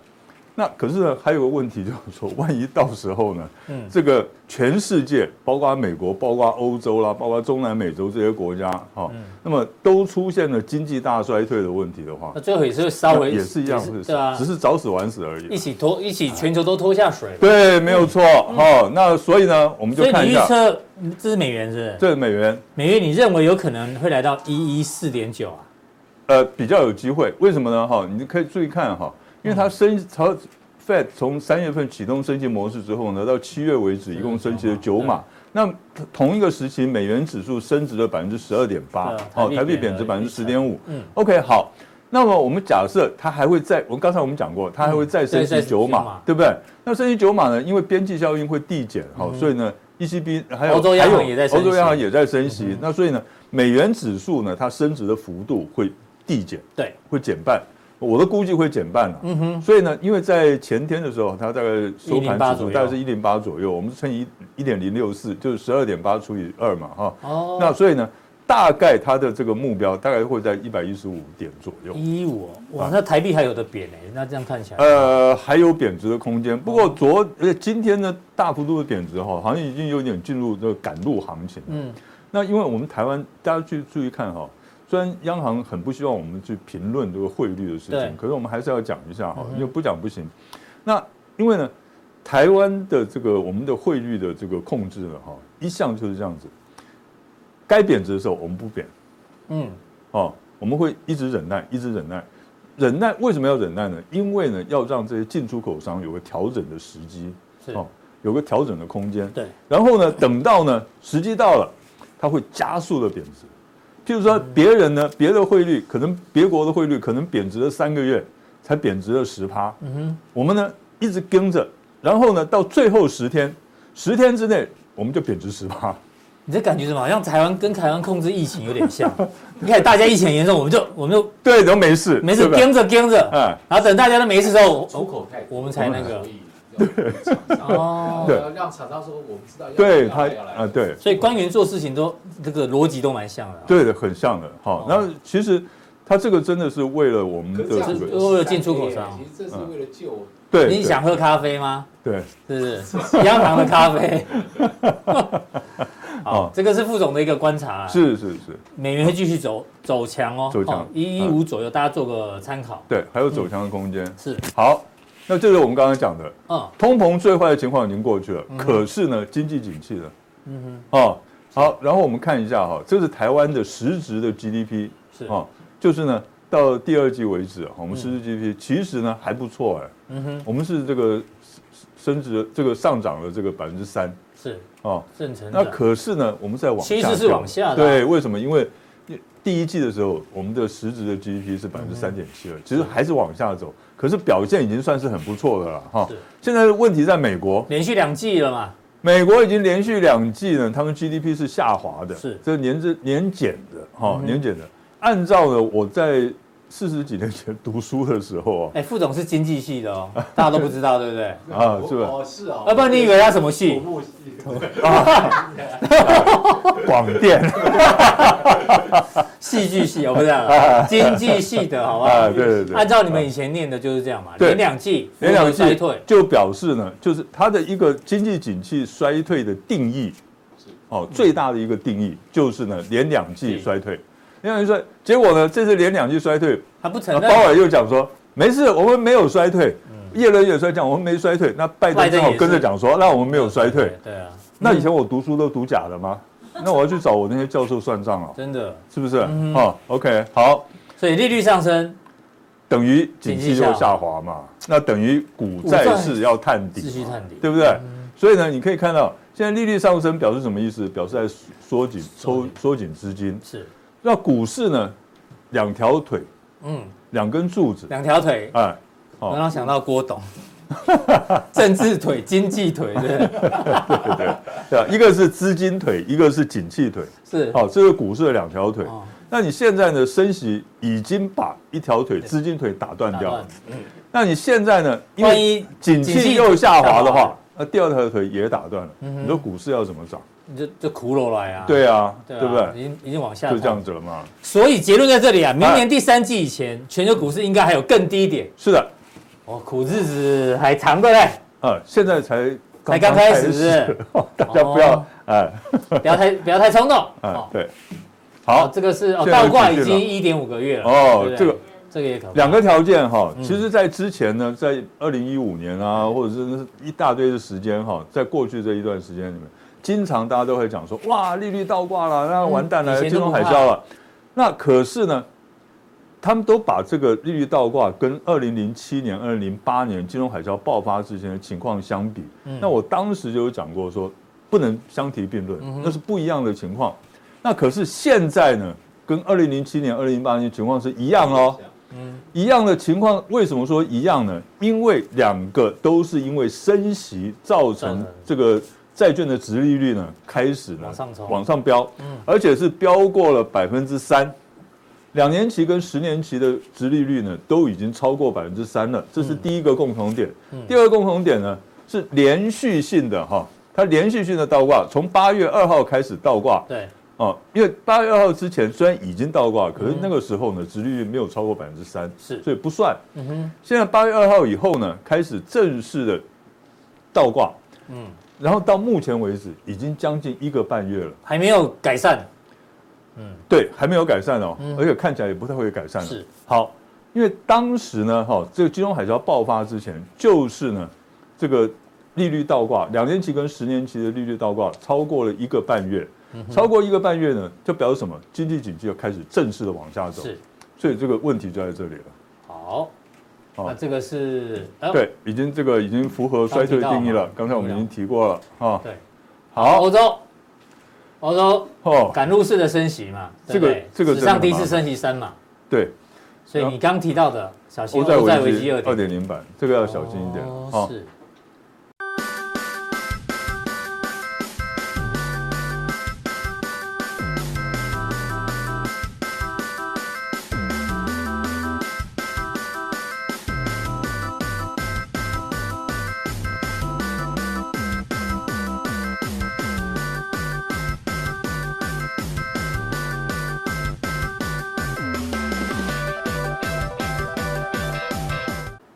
S2: 那可是呢，还有个问题就是说，万一到时候呢，
S1: 嗯，
S2: 这个全世界，包括美国、包括欧洲啦，包括中南美洲这些国家，哈、哦
S1: 嗯
S2: 那么都出现了经济大衰退的问题的话
S1: 那，最后也是会稍微
S2: 那也是一样会死
S1: 对啊，
S2: 只是早死晚死而
S1: 一
S2: 已。
S1: 起拖，一起全球都拖下水了。
S2: 对，没有错，哦，那所以呢，我们就
S1: 所以
S2: 看
S1: 你
S2: 一
S1: 预
S2: 下
S1: 测嗯这是美元是不是？
S2: 这美元，
S1: 美元你认为有可能会来到一一四点九啊？
S2: 呃，比较有机会。为什么呢？哈，你可以注意看哈，因为它升
S1: 嗯
S2: 朝 Fed 从三月份启动升息模式之后呢，到七月为止，一共升息了九码。那同一个时期，美元指数升值了百分之十二点八
S1: 对，
S2: 哦，
S1: 台
S2: 台
S1: 币
S2: 币
S1: 贬
S2: 贬
S1: 了
S2: 值百分之十点五。
S1: 嗯
S2: OK，好。那么我们假设它还会再，我刚才我们讲过，它还会再
S1: 嗯
S2: 升息
S1: 再
S2: 九
S1: 升息九
S2: 码
S1: 码，
S2: 对不对？那升息九码呢？因为边际效应会递减，好，
S1: 嗯
S2: 所以呢，ECB 还有
S1: 欧洲央行
S2: 还有
S1: 也在升息嗯
S2: 欧洲央行也在升息。那所以呢，美元指数呢，它升值的幅度会递减，
S1: 对，
S2: 会减半。我的估计会减半了、嗯哼。所以呢，因为在前天的时候，它大概收盘
S1: 108左
S2: 指数
S1: 右
S2: 大概是一零八左右，我们是乘以一点零六四，就是十二点八除以二嘛，哈。
S1: 哦，
S2: 那所以呢，大概它的这个目标大概会在一百一十五点左右。
S1: 一五哇
S2: 啊，
S1: 那台币还有的贬呢。那这样看起来，
S2: 呃，还有贬值的空间。不过昨呃今天呢，大幅度的贬值哈，好像已经有点进入这个赶路行情了。
S1: 嗯，
S2: 那因为我们台湾大家去注意看哈，虽然央行很不希望我们去评论这个汇率的事
S1: 对
S2: 情，可是我们还是要讲一下哈
S1: 嗯，哼
S2: 因为不讲不行。那因为呢，台湾的这个我们的汇率的这个控制呢哈，一向就是这样子，该贬值的时候我们不贬
S1: 嗯，
S2: 哦，我们会一直忍耐，一直忍耐。忍耐为什么要忍耐呢？因为呢，要让这些进出口商有个调整的时机，
S1: 是，
S2: 有个调整的空间。
S1: 对，
S2: 然后呢，等到呢时机到了，它会加速的贬值。譬如说，别人呢，别的汇率可能别国的汇率可能贬值了三个月，才贬值了十趴。
S1: 嗯哼，
S2: 我们呢一直跟着，然后呢到最后十天，十天之内我们就贬值十趴。 [LAUGHS]
S1: 你这感觉怎么？好像台湾跟台湾控制疫情有点像。 [LAUGHS] 你看大家疫情很严重，我们就我们就
S2: 对，然后没事，
S1: 没事
S2: 对吧
S1: 跟着跟着，
S2: 哎，
S1: 然后等大家都没事之
S2: [LAUGHS]
S1: 后，
S3: 出
S1: 我
S3: 口太多
S1: 我们才那个
S3: 所以
S1: [LAUGHS]
S3: 要厂商
S1: 哦，
S2: 对
S3: 要让厂商说我们知道要要
S2: 对他
S3: 来要来
S2: 啊，对，
S1: 所以官员做事情都这个逻辑都蛮像的啊。
S2: 对的，很像的。
S1: 哦
S2: 好，那其实他这个真的是为了我们
S3: 可嗯
S2: 的
S3: 是这样
S2: 这
S3: 子
S2: 个，
S1: 为了进出口商啊
S3: 其实这是为了救
S2: 对，
S1: 你
S2: 对
S1: 想喝咖啡吗？
S2: 对，
S1: 是不是？
S2: [LAUGHS]
S1: 一样糖的咖啡。好
S2: 哦，
S1: 这个是副总的一个观察啊。
S2: 是是是，
S1: 美元会继续走走强哦，
S2: 走强
S1: 一一五左右，大家做个参考。
S2: 对，还有走强的空间。
S1: 是，
S2: 好，那这是我们刚刚讲的，
S1: 嗯
S2: 通膨最坏的情况已经过去了，
S1: 嗯哼
S2: 可是呢，经济景气呢，
S1: 嗯
S2: 哦，好，然后我们看一下哈、这是台湾的实质的 GDP
S1: 哼，是，
S2: 哦，就是呢，到第二季为止，啊我们
S1: 嗯
S2: 实质 GDP 其实呢还不错哎，
S1: 嗯哼，
S2: 我们是这个升值这个上涨了这个百分之三
S1: 是
S2: 哦，
S1: 正成
S2: 那
S1: 长。
S2: 可是呢，我们在往下
S1: 趋势是
S2: 掉
S1: 往下的啊
S2: 对，为什么？因为第一季的时候，我们的实质的 GDP
S1: 嗯
S2: 是百分之三点七了，其实还是往下走，可是表现已经算是很不错的了哈
S1: 是。
S2: 现在问题在美国，
S1: 连续两季了嘛，
S2: 美国已经连续两季呢，他们 GDP 是下滑的，
S1: 是
S2: 这年至年减的哈
S1: 嗯，哼
S2: 年减的。按照呢，我在四十几年前读书的时候啊，
S1: 哎，副总是经济系的哦，大家都不知道，对不对？
S2: 啊是吧
S3: 哦，是哦。
S1: 要不然你以为他什
S3: 土
S1: 么系？
S3: 木
S1: [LAUGHS]
S3: 系？
S2: 广
S1: [LAUGHS]
S2: 电
S1: 戏剧系，我不知
S2: [LAUGHS]
S1: 道，经济系的好不
S2: 啊，
S1: 好？
S2: 对对对，
S1: 按照你们以前念的就是这样嘛，
S2: 对
S1: 连两季，
S2: 连两季
S1: 衰退，
S2: 就表示呢，就是它的一个经济景气衰退的定义
S3: 是，
S2: 哦，最大的一个定义就是呢，连两季衰退，连两季衰，结果呢，这次连两季衰退，
S1: 他不承
S2: 那
S1: 认。
S2: 啊鲍尔又讲说，没事，我们没有衰退，耶伦也衰讲我们没衰退，那拜
S1: 嗯
S2: 登
S1: 拜登
S2: 正好
S1: 也是
S2: 跟着讲说，那我们没有衰退，，
S1: 对啊，
S2: 那以前我读书都读假的
S1: [LAUGHS]
S2: 吗？那我要去找我那些教授算账了，
S1: 真的。
S2: 是不是？
S1: 嗯
S2: 哦，OK，好，
S1: 所以利率上升，
S2: 等于景
S1: 景气
S2: 气就
S1: 下
S2: 下滑嘛，那等于股
S1: 股
S2: 债
S1: 债
S2: 市要探底
S1: 继
S2: 嘛，
S1: 续探底，
S2: 对不对？
S1: 嗯
S2: 所以呢，你可以看到，现在利率上升表示什么意思？表示在缩缩紧、
S1: 缩紧
S2: 抽缩紧资金。
S1: 是，
S2: 那股市呢，两条腿、
S1: 嗯，
S2: 两根柱子，
S1: 两条腿，
S2: 哎，哦
S1: 我刚刚想到郭董，政治腿、经济腿，对不对，
S2: 对 [LAUGHS] 啊吧？一个是资金腿，一个是景气腿。
S1: 是，
S2: 好、这个股市的两条腿。
S1: 哦，
S2: 那你现在呢，升息已经把一条腿资金腿打断
S1: 打
S2: 掉
S1: 断
S2: 了。，那你现在呢，因
S1: 万
S2: 为
S1: 一哦
S2: 景
S1: 景气
S2: 气又下滑的
S1: 下滑
S2: 话，那第二条腿也打断了。你说股市要怎么涨？
S1: 你就就苦楼来嗯啊，
S2: 对啊，对
S1: 啊
S2: 不对？
S1: 已经已经往下，
S2: 就这样。哎子了嘛。
S1: 所以结论在这里啊，明年第三季以前，全球股市应该还有更低点。
S2: 是的，
S1: 哦，苦日子还长，对不对？
S2: 啊，现在才
S1: 才刚开始，
S2: [LAUGHS] 大家不要
S1: 哦
S2: 哎
S1: 不要太不要太冲动。
S2: 哎
S1: 哦，
S2: 对，
S1: 哦
S2: 好，
S1: 这个是哦，
S2: 现在
S1: 倒
S2: 有
S1: 挂
S2: 资
S1: 已
S2: 讯了
S1: 经一点五个月了。对
S2: 哦
S1: 不，
S2: 这
S1: 对
S2: 个
S1: 这个也可怕。
S2: 两个条件哈，
S1: 嗯
S2: 其实，在之前呢，在二零一五年啊，或者是一大堆的时间哈，在过去这一段时间里面，经常大家都会讲说，哇，利率倒挂了，那完蛋
S1: 嗯以
S2: 了，
S1: 前
S2: 金
S1: 都
S2: 融
S1: 不
S2: 海
S1: 怕
S2: 啸了。那可是呢，他们都把这个利率倒挂跟二零零七年、二零零八年金融海啸爆发之前的情况相比，
S1: 嗯
S2: 那我当时就有讲过说，不能相提并论
S1: 嗯哼，
S2: 那是不一样的情况。那可是现在呢，跟二零零七年、二零零八年情况是一样
S3: [LAUGHS]
S2: 哦，
S1: 嗯，
S2: 一样的情况。为什么说一样呢？因为两个都是因为升息
S1: 造
S2: 造成
S1: 成
S2: 这个债券的值利率呢开始呢
S1: 往上冲嗯
S2: 往上飙，而且是飙过了百分之三。两年期跟十年期的殖利率呢，都已经超过百分之三了，
S1: 嗯
S2: 这是第一个共同点。第二个共同点呢是连续性的哈，它连续性的倒挂，从八月二号开始倒挂
S1: 对，
S2: 哦，因为八月二号之前虽然已经倒挂，
S1: 嗯
S2: 可是那个时候呢，殖利率没有超过百分之三，
S1: 是
S2: 所以不算。
S1: 嗯哼，
S2: 现在八月二号以后呢，开始正式的倒挂，
S1: 嗯，
S2: 然后到目前为止已经将近一个半月了，
S1: 还没有改善，
S2: 对，还没有改善哦
S1: 嗯，
S2: 而且看起来也不太会改善了。
S1: 是
S2: 好，因为当时呢，哈、这个金融海啸爆发之前，就是呢，这个利率倒挂，两年期跟十年期的利率倒挂超过了一个半月，
S1: 嗯
S2: 超过一个半月呢，就表示什么？经济景气要开始正式的往下走，
S1: 是，
S2: 所以这个问题就在这里了。
S1: 好，好，
S2: 哦
S1: 那这个是哎呦
S2: 对，已经这个已经符合衰退定义了，刚才我们已经提过了啊。
S1: 对，
S2: 好
S1: 欧洲，欧洲
S2: 哦，
S1: 赶入式的升息嘛，对不对
S2: 这个这个真的
S1: 史上第一次
S2: 很麻烦
S1: 升息三嘛，
S2: 对，啊
S1: 所以你刚提到的小心
S2: 欧
S1: 欧债
S2: 债
S1: 危
S2: 危
S1: 机
S2: 机
S1: 二
S2: 二点零版，这个要小心一点
S1: 哦
S2: 啊。
S1: 是。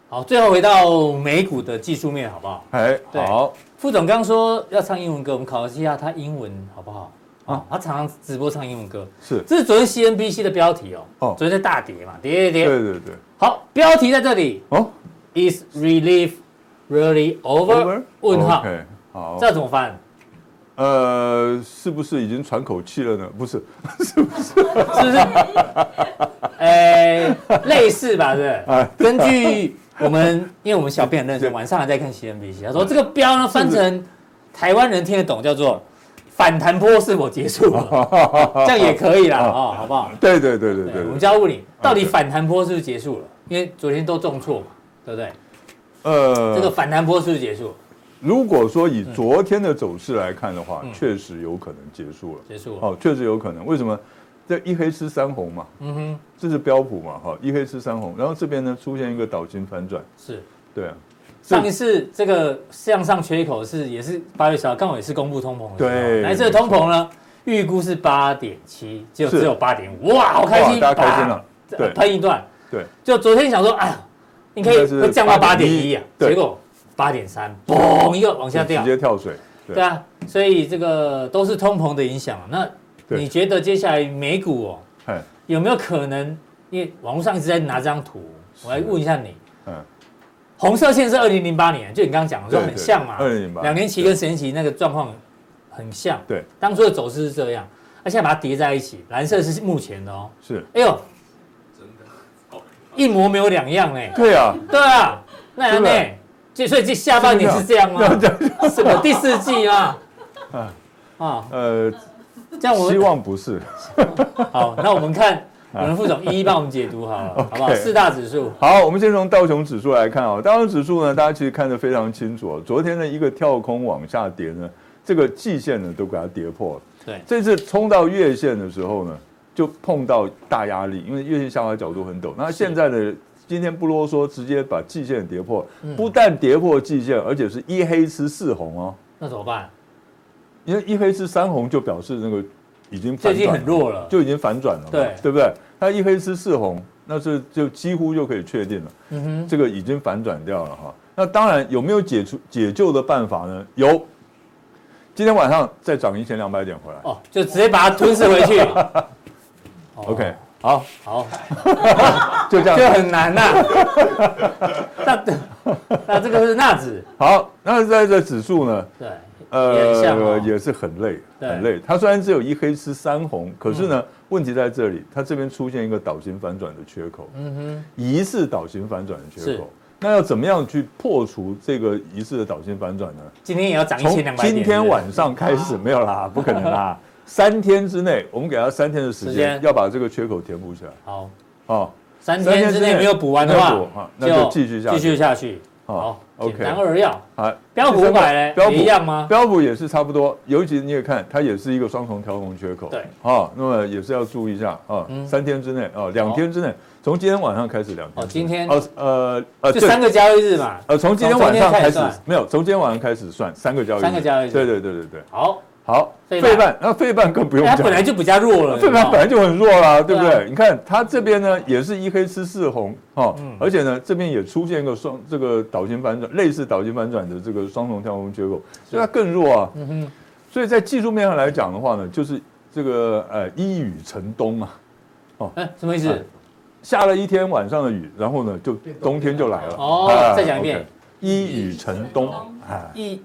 S1: 好，最后回到美股的技术面好不好？
S2: 哎，
S1: 对
S2: 好，
S1: 副总刚说要唱英文歌，我们考一下他英文好不好？啊，他常常直播唱英文歌，
S2: 是，
S1: 这是昨天 CNBC 的标题哦。
S2: 哦
S1: 昨天在大跌嘛，跌跌
S2: 对
S1: 跌。
S2: 对对，
S1: 好，标题在这里
S2: 哦
S1: ，Is relief really over？问号，
S2: ，OK，好
S1: 这，要怎么翻？
S2: 呃，是不是已经喘口气了呢？不是，
S1: 是不是？ [LAUGHS] 哎，类似吧，是不是
S2: 哎？
S1: 根据我们， [LAUGHS] 因为我们小编很认识，晚上还在看 CNBC，他说这个标呢翻成台湾人听得懂，叫做反弹波是否结
S2: [LAUGHS]
S1: 束
S2: 啊
S1: 了？这样也可以啦，哦，好不好？
S2: 对对啊对对
S1: 对，
S2: 对
S1: 我们
S2: 对，
S1: 就要问你，到底
S2: 对
S1: 反弹波是不是结束了？因为昨天都重挫嘛，对不对？
S2: 呃，
S1: 这个反弹波是不是结束了？
S2: 如果说以昨天的走势来看的话
S1: 嗯，
S2: 确实有可能结束了。
S1: 结束了。
S2: 哦，确实有可能。为什么？这一黑吃三红嘛，
S1: 嗯哼，
S2: 这是标普嘛，哈，一黑吃三红。然后这边呢出现一个倒型反转，
S1: 是。
S2: 对啊，
S1: 上一次这个向上缺口是也是八月十号，刚好也是公布通膨的时候。
S2: 对
S1: 那这个通膨呢，预估是八点七，结果
S2: 是
S1: 只有八点五，哇，好开心，
S2: 哇大家开心了
S1: 啪
S2: 对
S1: 喷一段。
S2: 对，
S1: 就昨天想说，哎呀，应该
S2: 应该是
S1: 会降到八点一
S2: 8.1
S1: 啊，
S2: 对
S1: 结果八点三，嘣，一个往下
S2: 就直
S1: 掉。
S2: 接跳水。
S1: 对啊，所以这个都是通膨的影响啊。那
S2: 对
S1: 你觉得接下来美股哦，
S2: 哎，
S1: 有没有可能？因为网络上一直在拿这张图，我来问一下你。
S2: 嗯，
S1: 红色线是二零零八年，就你刚刚讲的，就
S2: 对
S1: 很像嘛。
S2: 对2008
S1: 两年期跟十年期那个状况很像。
S2: 对，
S1: 当初的走势是这样，那现在把它叠在一起，蓝色是目前的哦。
S2: 是，
S1: 哎呦，一模没有两样哎。
S2: 对啊，
S1: 对啊，那
S2: 是
S1: 样
S2: 不是
S1: 呢？就所以这下半年是这
S2: [LAUGHS]
S1: 样吗？什么第四季啊？啊，
S2: 呃，
S1: 这样我
S2: 希
S1: 们
S2: 望不是。
S1: [LAUGHS] 好，那我们看我们副总一一帮我们解读好
S2: [LAUGHS]
S1: 了，好不好？
S2: OK
S1: 四大指数，
S2: 好，我们先从道琼指数来看啊、道琼指数呢，大家其实看得非常清楚、哦，昨天的一个跳空往下跌呢，这个季线呢都给它跌破了。
S1: 对
S2: 这次冲到月线的时候呢，就碰到大压力，因为月线下滑角度很陡。那现在的今天不啰嗦，直接把季线跌破，
S1: 嗯
S2: 不但跌破季线，而且是一黑吃四红哦，
S1: 那怎么办？
S2: 因为一黑吃三红就表示那个已经
S1: 最
S2: 反
S1: 近
S2: 转
S1: 很
S2: 了。
S1: 弱了，
S2: 就已经反转了嘛，
S1: 对
S2: 对不对？那一黑吃四红，那是就几乎就可以确定了，
S1: 嗯哼，
S2: 这个已经反转掉了哈。那当然有没有解除解救的办法呢？有，今天晚上再涨一千两百点回来。
S1: 哦，就直接把它吞噬回
S2: [LAUGHS]
S1: 去。哦
S2: OK，好，
S1: 好，
S2: 就这样子
S1: 就。很
S2: [LAUGHS]
S1: 难呐。那那这个是纳指，
S2: 好，那在这指数呢，
S1: 对，也很像
S2: 呃
S1: 哦，
S2: 也是很累，
S1: 对
S2: 很累。它虽然只有一黑吃三红，可是呢，问题在这里，它这边出现一个倒型反转的缺口，
S1: 嗯哼，
S2: 疑似倒型反转的缺
S1: 是
S2: 口。那要怎么样去破除这个疑似的倒型反转呢？
S1: 今天也要涨一
S2: 从
S1: 千两百点。
S2: 今
S1: 是
S2: 天
S1: 不是
S2: 晚上开始没有啦，不可
S1: [LAUGHS]
S2: 能啦，三天之内，我们给他三天的时
S1: 时
S2: 间
S1: 间，
S2: 要把这个缺口填补起来。
S1: 好，
S2: 哦，
S1: 三天之内没有补完的
S2: 没有补
S1: 话
S2: 啊，那就继续下去
S1: 继续下去。好
S2: 好
S1: 简
S2: ，OK，
S1: 单二要，
S2: 好，
S1: 标普五百嘞
S2: 标普
S1: 也一样吗
S2: 标普也是差不多，尤其你也看，它也是一个双重调控缺口。
S1: 对嗯
S2: 哦，那么也是要注意一下啊，三天之内哦，两天之内，从今天晚上开始两天之
S1: 哦今
S2: 内。
S1: 天
S2: 哦呃呃，
S1: 就
S2: 对
S1: 三个交易日嘛。
S2: 呃，从今天晚
S1: 从今
S2: 上
S1: 天
S2: 开
S1: 开始
S2: 始
S1: 算
S2: 没有，从今天晚上开始算三个交易日，
S1: 三个交易日
S2: 对对对对对。
S1: 好，
S2: 好，
S1: 费
S2: 费
S1: 半
S2: 半，那费半更不用
S1: 它
S2: 讲，啊
S1: 本来就比较弱
S2: [LAUGHS]
S1: 了，哦
S2: 费
S1: 你知
S2: 半
S1: 道
S2: 本
S1: 吗
S2: 来就很弱啦，对不
S1: 对啊
S2: 对？你看它这边呢，也是一黑吃四红哦
S1: 嗯，
S2: 而且呢，这边也出现一个双这个倒型反转，类似倒型反转的这个双重跳空缺口，所以它更弱啊。
S1: 嗯哼，
S2: 所以在技术面上来讲的话呢，就是这个呃一雨成冬啊，
S1: 哎，什么意思
S2: 哎？下了一天晚上的雨，然后呢就冬天就来了。
S1: 哦
S2: 哎
S1: 再讲一遍
S2: OK，一雨成冬，哎，
S1: 一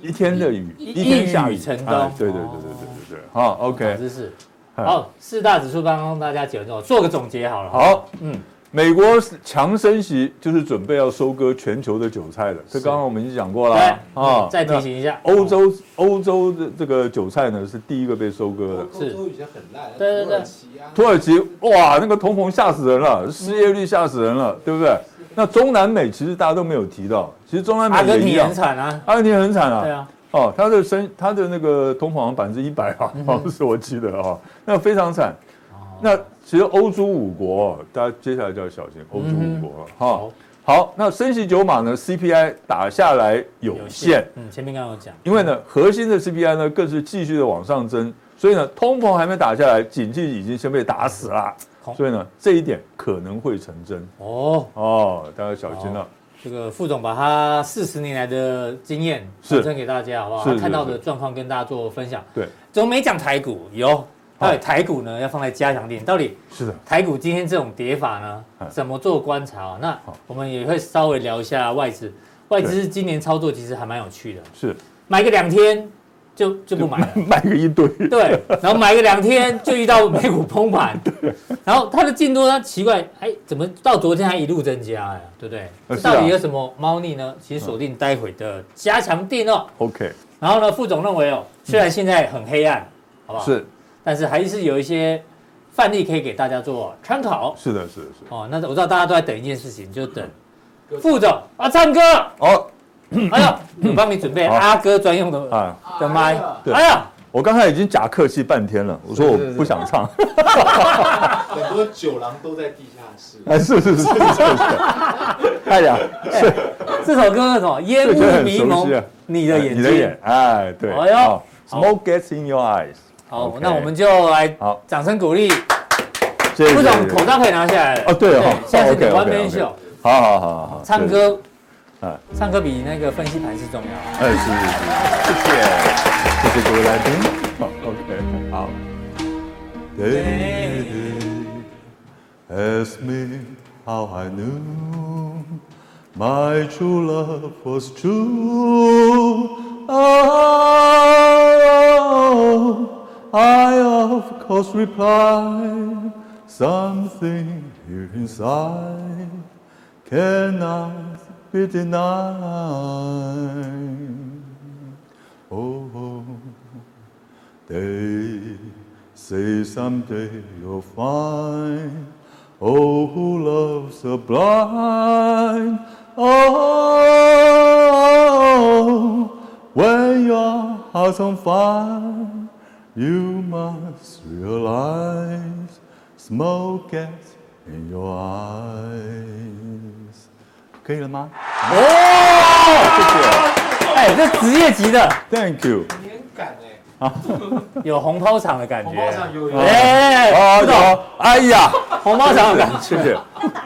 S2: 一天的雨，
S4: 一
S2: 一天下
S1: 一
S2: 雨
S1: 雨成冬啊
S2: 哎对对对对对对对，好，OK，
S1: 知识。
S2: 哎
S1: 好，四大指数刚刚大家解读，做个总结好了。，
S2: 好，
S1: 嗯，
S2: 美国强升息就是准备要收割全球的韭菜了，这刚刚我们已经讲过了
S1: 对
S2: 啊。
S1: 再提
S2: 那
S1: 醒一下，
S2: 欧洲欧洲的这个韭菜呢是第一个被收割的
S3: 欧。洲以前很烂，
S1: 对对对
S3: 土耳其啊，
S2: 土耳其哇，那个通膨吓死人了，失业率吓死人了，对不对？那中南美其实大家都没有提到，其实中南
S1: 阿
S2: 美
S1: 根
S2: 也
S1: 廷
S2: 一
S1: 也
S2: 样
S1: 很，惨啊，
S2: 阿根廷很惨
S1: 对
S2: 啊。
S1: 啊，
S2: 哦，它的生它的那个通膨百分之一百啊，
S1: 嗯
S2: [LAUGHS] 好像是我记得啊，那非常惨。
S1: 哦
S2: 那其实欧洲五国，大家接下来就要小心欧洲五国哈
S1: 好。
S2: 好，那升息九码呢？CPI 打下来有限，，
S1: 嗯，前面刚刚有讲，
S2: 因为呢，核心的 CPI 呢更是继续的往上增，所以呢，通膨还没打下来，景气已经先被打死了
S1: 好，
S2: 所以呢，这一点可能会成真
S1: 哦，
S2: 哦，大家小心了。
S1: 这个副总把他四十年来的经验
S2: 是
S1: 传承给大家，好不好？
S2: 是
S1: 他
S2: 是
S1: 看到
S2: 是
S1: 的状况跟大家做分享。
S2: 对，
S1: 怎么没讲台股？有，到底台股呢要放在加强点？到底
S2: 是的，
S1: 台股今天这种跌法呢
S2: 嗯，
S1: 怎么做观察啊？那我们也会稍微聊一下外资，外资今年操作其实还蛮有趣的，
S2: 是
S1: 买个两天就就不买了。
S2: [LAUGHS] 卖个一堆，
S1: [LAUGHS] 对，然后买个两天就遇到美股崩
S2: [LAUGHS]
S1: 盘，然后它的进度呢奇怪，哎，怎么到昨天还一路增加呀？对不对？
S2: 呃
S1: 这
S2: 是啊
S1: 到底有什么猫腻呢？其实锁定待会的加强定哦。
S2: [LAUGHS] ，OK，
S1: 然后呢，副总认为哦，虽然现在很黑暗，好不好？，
S2: 嗯是
S1: 但是还是有一些范例可以给大家做参考
S2: 是的，是的，是的。
S1: 哦。那我知道大家都在等一件事情，就等
S2: 嗯
S3: 各
S1: 副总啊唱歌，
S2: 哦，
S1: 哎呀，我帮你准备
S2: 好
S1: 阿哥专用的
S2: 啊，
S1: 的麦，
S2: 对
S1: 哎呀，
S2: 我刚才已经假客气半天了，我说我不想唱， [LAUGHS]
S3: 很多酒廊都在地下室。
S2: 哎，是是是是是， [LAUGHS] 哎呀，
S1: 这首歌是什么？烟雾
S2: 这个很
S1: 迷
S2: 熟
S1: 蒙
S2: 悉啊
S1: 你的眼
S2: 你的
S1: 睛。
S2: 眼，哎，对，
S1: 哎呦
S2: 哦
S1: 好
S2: ，Smoke gets in your eyes，
S1: 好
S2: OK
S1: 那我们就来
S2: 好，
S1: 掌声鼓励，
S2: 谢谢
S1: 副
S2: 谢
S1: 总
S2: 谢
S1: 口罩可以拿下来了。
S2: 哦对哦
S1: 现在是你
S2: OK，OK，OK
S1: one man show，
S2: 好好好好好，
S1: 唱
S2: 对，
S1: 歌
S2: 嗯，
S1: 唱歌比那个分析盘是重要。
S2: 哎，Ah, 是是是，谢谢，谢谢各位来宾，好，OK，好。asked me how I knew my true love was true. Oh, I of course replied, something here inside cannot be denied. Oh, they say someday you'll find Oh, who loves the blind Oh, when your heart's on fire You must realize Smoke gets in your eyes 可以了吗？
S1: 哦，
S2: 谢谢
S1: 哎，这职业级的，
S2: ，Thank you。
S3: 很严感哎，
S1: 有红包场的感
S3: 红包
S1: 觉
S3: 上。有有，
S1: 哎，副总，
S2: 有，哎呀，
S1: 红包场的感觉，
S2: 谢谢。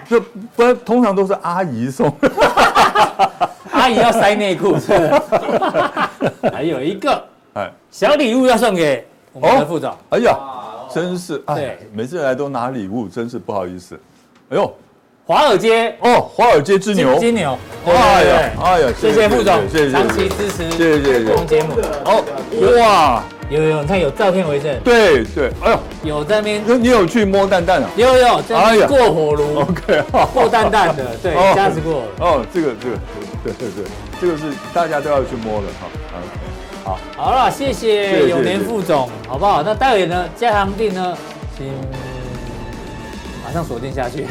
S2: 这不然通常都是阿姨送，
S1: 阿姨要塞内裤，是不
S2: [LAUGHS]
S1: 是还有一个
S2: 哎，
S1: 小礼物要送给我们的副总。
S2: 哎呀
S3: 哇，哦
S2: 真是哎
S1: 对，
S2: 每次来都拿礼物，真是不好意思。哎呦，
S1: 华尔街
S2: 哦，华尔街之牛，
S1: 金牛，
S2: 哎
S1: 哎
S2: 呀，
S1: 呀，
S2: 哎呀，
S1: 谢谢副总
S2: 谢谢，
S1: 长期
S2: 谢
S1: 支持
S2: 谢，谢谢
S1: 我。们节目。
S2: 哦，哇，
S1: 有有，你看有照片为证，
S2: 对对，哎呦，
S1: 有在那边
S2: 那你有去摸蛋蛋啊
S1: 有有在那
S2: 哎呀
S1: 边过火炉、 [LAUGHS]
S2: ？OK，好，
S1: 过蛋蛋的，对
S2: 哦，
S1: 加持过。
S2: 哦，这个这个，对对对，这个是大家都要去摸的哈。OK 啊
S1: 好了，谢
S2: 谢谢
S1: 谢永年副总，好不好？那待会呢，加强定呢，请马上锁定下去。